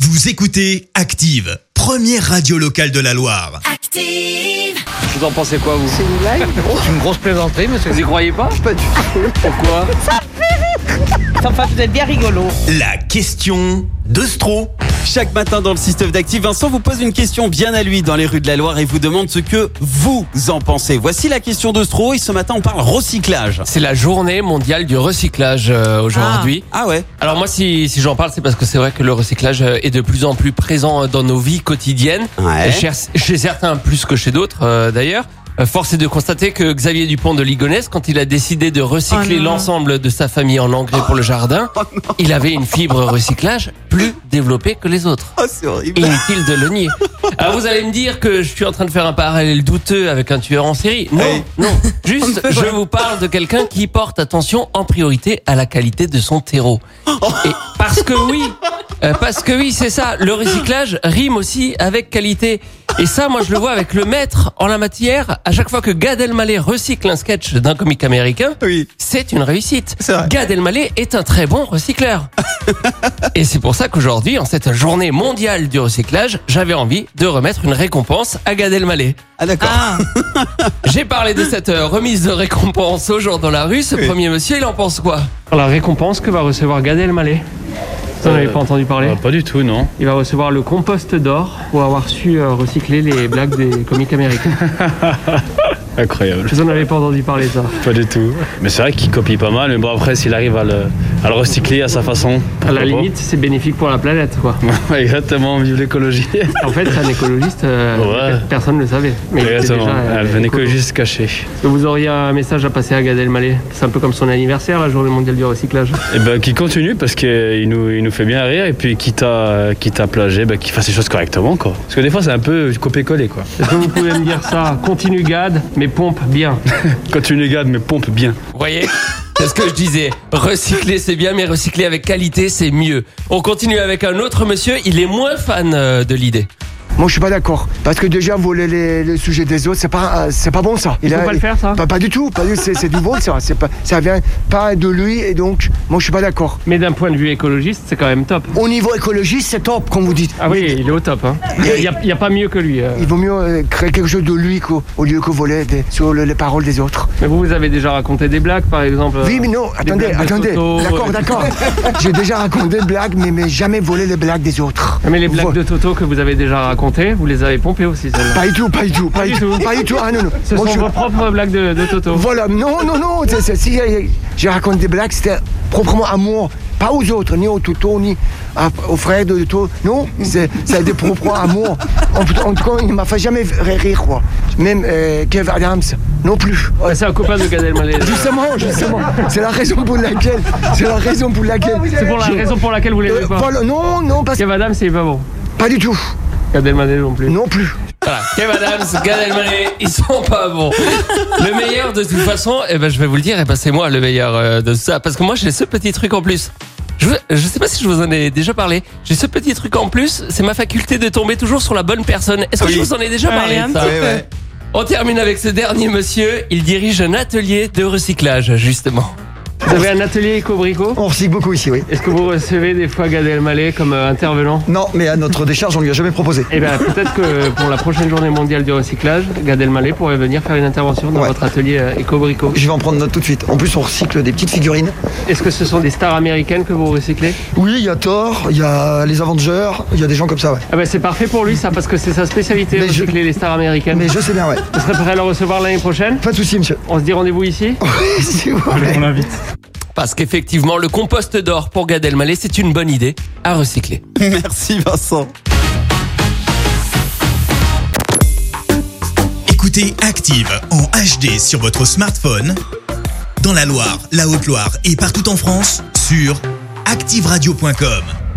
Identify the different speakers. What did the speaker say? Speaker 1: Vous écoutez Active, première radio locale de la Loire.
Speaker 2: Active.
Speaker 3: Vous en pensez quoi, vous
Speaker 4: C'est une blague
Speaker 3: C'est une grosse plaisanterie, monsieur. Vous y croyez pas
Speaker 4: Pas du tout.
Speaker 3: Pourquoi
Speaker 4: Enfin, vous êtes bien rigolo.
Speaker 1: La question de Stro.
Speaker 5: Chaque matin dans le système d'Active, Vincent vous pose une question bien à lui dans les rues de la Loire et vous demande ce que vous en pensez. Voici la question de Stro et ce matin on parle recyclage.
Speaker 6: C'est la journée mondiale du recyclage euh, aujourd'hui.
Speaker 5: Ah ouais
Speaker 6: Alors moi, si, si j'en parle, c'est parce que c'est vrai que le recyclage euh, est de plus en plus présent euh, dans nos vies quotidiennes,
Speaker 5: Ouais.
Speaker 6: Euh, chez, chez certains plus que chez d'autres euh, d'ailleurs. Euh, Force est de constater que Xavier Dupont de Ligonnès, quand il a décidé de
Speaker 5: Oh
Speaker 6: recycler l'ensemble de sa famille en engrais pour le jardin, il avait une fibre recyclage plus développée que les autres.
Speaker 5: Oh c'est horrible.
Speaker 6: Inutile de le nier. Alors vous allez me dire que je suis en train de faire un parallèle douteux avec un tueur en série. Non,
Speaker 5: Oui.
Speaker 6: non. Juste, je vous parle de quelqu'un qui porte attention en priorité à la qualité de son terreau. Et parce que oui, euh, parce que oui, c'est ça. Le recyclage rime aussi avec qualité. Et ça, moi, je le vois avec le maître en la matière. À chaque fois que Gad Elmaleh recycle un sketch d'un comique américain,
Speaker 5: Oui.
Speaker 6: c'est une réussite.
Speaker 5: C'est vrai.
Speaker 6: Gad Elmaleh est un très bon recycleur. Et c'est pour ça qu'aujourd'hui, en cette journée mondiale du recyclage, j'avais envie de remettre une récompense à Gad Elmaleh.
Speaker 5: Ah d'accord.
Speaker 6: J'ai parlé de cette euh, remise de récompense au jour dans la rue. Ce
Speaker 5: Oui.
Speaker 6: premier monsieur, il en pense quoi La récompense que va recevoir Gad Elmaleh. Vous n'en avez pas entendu parler
Speaker 7: Ah, Pas du tout, non.
Speaker 6: Il va recevoir le compost d'or pour avoir su euh, recycler les blagues des comiques américains.
Speaker 7: Incroyable.
Speaker 6: Vous n'en avez pas entendu parler ça
Speaker 7: Pas du tout. Mais c'est vrai qu'il copie pas mal, mais bon, après, s'il arrive à le, à le recycler à sa façon.
Speaker 6: À
Speaker 7: pourquoi
Speaker 6: la
Speaker 7: pas.
Speaker 6: limite, c'est bénéfique pour la planète, quoi.
Speaker 7: Ouais, Exactement, vive l'écologie.
Speaker 6: En fait, c'est un écologiste, euh,
Speaker 7: Ouais.
Speaker 6: personne ne le savait. Mais il était
Speaker 7: Exactement. Ah,
Speaker 6: déjà, euh,
Speaker 7: Elle venait
Speaker 6: écolo.
Speaker 7: écologiste cachée.
Speaker 6: Est-ce que Vous auriez un message à passer à Gad Elmaleh. C'est un peu comme son anniversaire, la journée mondiale du recyclage.
Speaker 7: Et ben, qu'il continue parce qu'il nous, il nous fait bien rire. Et puis, quitte à, quitte à plager, ben, qu'il fasse les choses correctement, quoi. Parce que des fois, c'est un peu copier-coller, quoi.
Speaker 6: Est-ce que vous pouvez me dire ça Continue Gad, mais pompe bien.
Speaker 7: Continue, Gad, mais pompe bien.
Speaker 6: Vous voyez C'est ce que je disais. Recycler, c'est bien, mais recycler avec qualité, c'est mieux. On continue avec un autre monsieur, il est moins fan euh, de l'idée.
Speaker 8: Moi, je suis pas d'accord. Parce que déjà, voler les, les sujets des autres, c'est pas, euh, c'est pas bon, ça. Il
Speaker 6: faut
Speaker 8: a-
Speaker 6: pas le faire, hein. ça
Speaker 8: Pas, pas du tout. Pas du- c'est, c'est du vol, ça. C'est pas, ça vient pas de lui. Et donc, moi, je suis pas d'accord.
Speaker 6: Mais d'un point de vue écologiste, c'est quand même top.
Speaker 8: Au niveau écologiste, c'est top, comme vous dites.
Speaker 6: Ah oui, il est au top. hein. Il n'y a, il y a pas mieux que lui. euh.
Speaker 8: Il vaut mieux euh, créer quelque chose de lui qu'au- au lieu que voler des- sur le- les paroles des autres.
Speaker 6: Mais vous, vous avez déjà raconté des blagues, par exemple. euh.
Speaker 8: Oui, mais non,
Speaker 6: des
Speaker 8: attendez,
Speaker 6: blagues de
Speaker 8: attendez.
Speaker 6: Toto,
Speaker 8: D'accord,
Speaker 6: euh,
Speaker 8: d'accord. J'ai déjà raconté des blagues, mais, mais jamais volé les blagues des autres.
Speaker 6: Ah, Mais les blagues
Speaker 8: Vo-
Speaker 6: de Toto que vous avez déjà racontées, vous les avez pompées aussi, celles-là.
Speaker 8: Pas du tout, pas du tout, pas du
Speaker 6: du
Speaker 8: tout.
Speaker 6: tout.
Speaker 8: Pas du tout, ah non, non.
Speaker 6: Ce
Speaker 8: Moi,
Speaker 6: sont
Speaker 8: je-
Speaker 6: vos propres blagues de, de Toto.
Speaker 8: Voilà, non, non, non, c'est- c'est- si j'ai- j'ai raconté des blagues, c'était proprement à moi, pas aux autres, ni au Toto, ni à- au frère de Toto, non, c'est c'est des propres à moi. En, tout- en tout cas, il ne m'a fait jamais rire, rire, quoi. Même euh, Kev Adams, non plus. Ouais,
Speaker 6: C'est un copain de Gad Elmaleh.
Speaker 8: Justement, justement, c'est la raison pour laquelle, c'est la raison pour laquelle.
Speaker 6: C'est pour la
Speaker 8: j'ai-
Speaker 6: raison pour laquelle vous
Speaker 8: Euh,
Speaker 6: l'aimez pas.
Speaker 8: voilà, non, non, parce que
Speaker 6: Kev Adams, c'est pas bon.
Speaker 8: pas du tout,
Speaker 6: Gad Elmaleh non plus.
Speaker 8: non plus.
Speaker 6: Voilà, Kev Adams, Gad Elmaleh, ils sont pas bons. Le meilleur de toute façon, eh ben je vais vous le dire, eh ben c'est moi le meilleur euh, de ça, parce que moi j'ai ce petit truc en plus. Je, veux- je sais pas si je vous en ai déjà parlé. J'ai ce petit truc en plus, c'est ma faculté de tomber toujours sur la bonne personne. Est-ce que je vous en ai déjà parlé de ça On termine avec ce dernier monsieur. Il dirige un atelier de recyclage justement. Vous avez un atelier éco-brico
Speaker 9: On recycle beaucoup ici, oui.
Speaker 6: Est-ce que vous recevez des fois Gad Elmaleh comme euh, intervenant
Speaker 9: Non, mais à notre décharge, on lui a jamais proposé.
Speaker 6: Eh bien, peut-être que pour la prochaine journée mondiale du recyclage, Gad Elmaleh pourrait venir faire une intervention dans
Speaker 9: Ouais.
Speaker 6: votre atelier euh, éco-brico.
Speaker 9: Je vais en prendre note tout de suite. En plus, on recycle des petites figurines.
Speaker 6: Est-ce que ce sont des stars américaines que vous recyclez
Speaker 9: Oui, il y a Thor, il y a les Avengers, il y a des gens comme ça, ouais.
Speaker 6: Ah ben, c'est parfait pour lui, ça, parce que c'est sa spécialité,
Speaker 9: Mais je-
Speaker 6: recycler les stars américaines.
Speaker 9: Mais je sais bien, ouais.
Speaker 6: Vous serez prêt à le recevoir l'année prochaine
Speaker 9: Pas de souci, monsieur.
Speaker 6: On se dit rendez-vous ici
Speaker 9: Oui, si vous voulez.
Speaker 6: Parce qu'effectivement, le compost d'or pour Gad Elmaleh, c'est une bonne idée à recycler.
Speaker 5: Merci Vincent.
Speaker 1: Écoutez Active en HD sur votre smartphone, dans la Loire, la Haute-Loire et partout en France, sur activeradio.com.